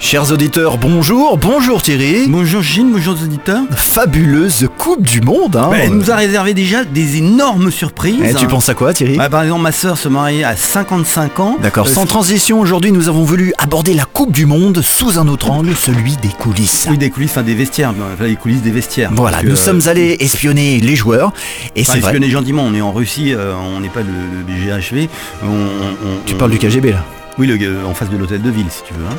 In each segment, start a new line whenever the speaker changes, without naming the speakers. Chers auditeurs, bonjour, bonjour Thierry.
Bonjour Gilles, bonjour les auditeurs.
Fabuleuse Coupe du Monde, hein.
Elle Ben, nous a réservé déjà des énormes surprises.
Eh, tu
hein.
penses à quoi Thierry
Ouais, Par exemple, ma sœur se marie à 55 ans.
D'accord,
Euh,
sans transition, aujourd'hui nous avons voulu aborder la Coupe du Monde sous un autre angle, celui des coulisses.
Oui, des coulisses, enfin des vestiaires. euh, enfin, les coulisses des vestiaires.
Voilà,
Parce que,
nous
euh,
sommes allés espionner les joueurs, et
Enfin,
c'est vrai,
espionner gentiment, on est en Russie, euh, on n'est pas le, le BGHV. On, on-
tu
on-
parles du KGB là.
Oui, le, euh, en face de l'hôtel de ville, si tu veux. hein.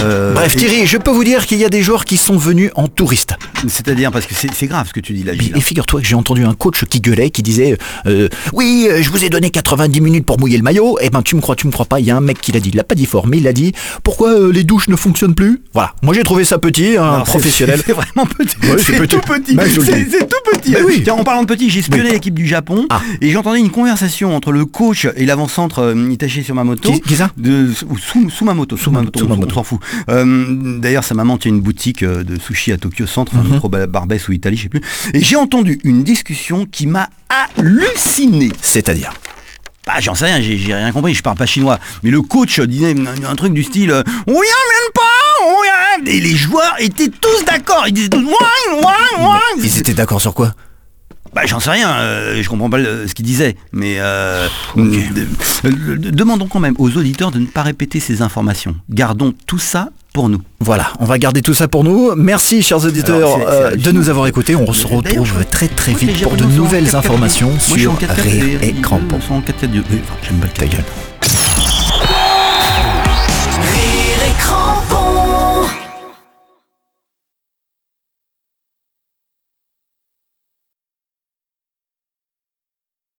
Euh,
Bref
et-
Thierry, je peux vous dire qu'il y a des joueurs qui sont venus en touriste.
C'est-à-dire, parce que c'est c'est grave ce que tu dis là, Gilles.
Et figure-toi que j'ai entendu un coach qui gueulait, qui disait euh, Oui, euh, je vous ai donné 90 minutes pour mouiller le maillot. Eh ben, tu me crois, tu me crois pas. Il y a un mec qui l'a dit. Il l'a pas dit fort, mais il l'a dit Pourquoi euh, les douches ne fonctionnent plus Voilà. Moi, j'ai trouvé ça petit, hein, un
Alors, c'est-
professionnel.
c'est- C'est vraiment petit.
Ouais, c'est
c'est
petit.
tout petit.
Bah, je le
c'est
dis.
c'est tout petit.
Bah oui.
Tiens, en parlant de petit, j'ai espionné l'équipe du Japon
Ah.
et j'entendais une conversation entre le coach et l'avant-centre euh, Itachi sur ma moto.
Qui- qui ça
de, ou sous, sous ma moto. Sous ma moto. on-
Sumamoto.
On s'en fout. Euh, D'ailleurs, sa maman tient une boutique euh, de sushi à Tokyo Centre,
Mhm.
enfin, entre Bar- Barbès ou Italie, je sais plus. Et j'ai entendu une discussion qui m'a halluciné.
C'est-à-dire
Bah, j'en sais rien, j'ai j'ai rien compris, je parle pas chinois. Mais le coach disait un, un truc du style euh, On y amène pas on y amène. Et les joueurs étaient tous d'accord, ils disaient tous Ouin, ouin, ouin
Ils étaient d'accord sur quoi
Bah, j'en sais rien, euh, je comprends pas le- ce qu'ils disaient. Mais euh, de- euh, de- demandons quand même aux auditeurs de ne pas répéter ces informations. Gardons tout ça pour nous.
Voilà, on va garder tout ça pour nous. Merci, chers auditeurs,
Alors, c'est- c'est
euh, de
hallucinant.
nous avoir écoutés. On se
D'ailleurs, je
retrouve
crois-
très très
Je crois que
vite
les
pour de
Japonais sont en
nouvelles
4-4-2.
informations
Moi, je suis en
sur
4-4-2,
Rire et
ils
Crampons.
sont en 4-4-2. Enfin, j'aime pas le
Ta gueule.